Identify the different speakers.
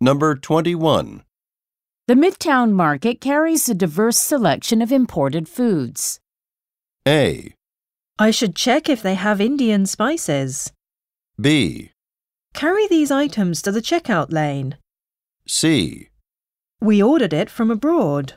Speaker 1: Number 21.
Speaker 2: The Midtown Market carries a diverse selection of imported foods.
Speaker 1: A.
Speaker 3: I should check if they have Indian spices.
Speaker 1: B.
Speaker 3: Carry these items to the checkout lane.
Speaker 1: C.
Speaker 3: We ordered it from abroad.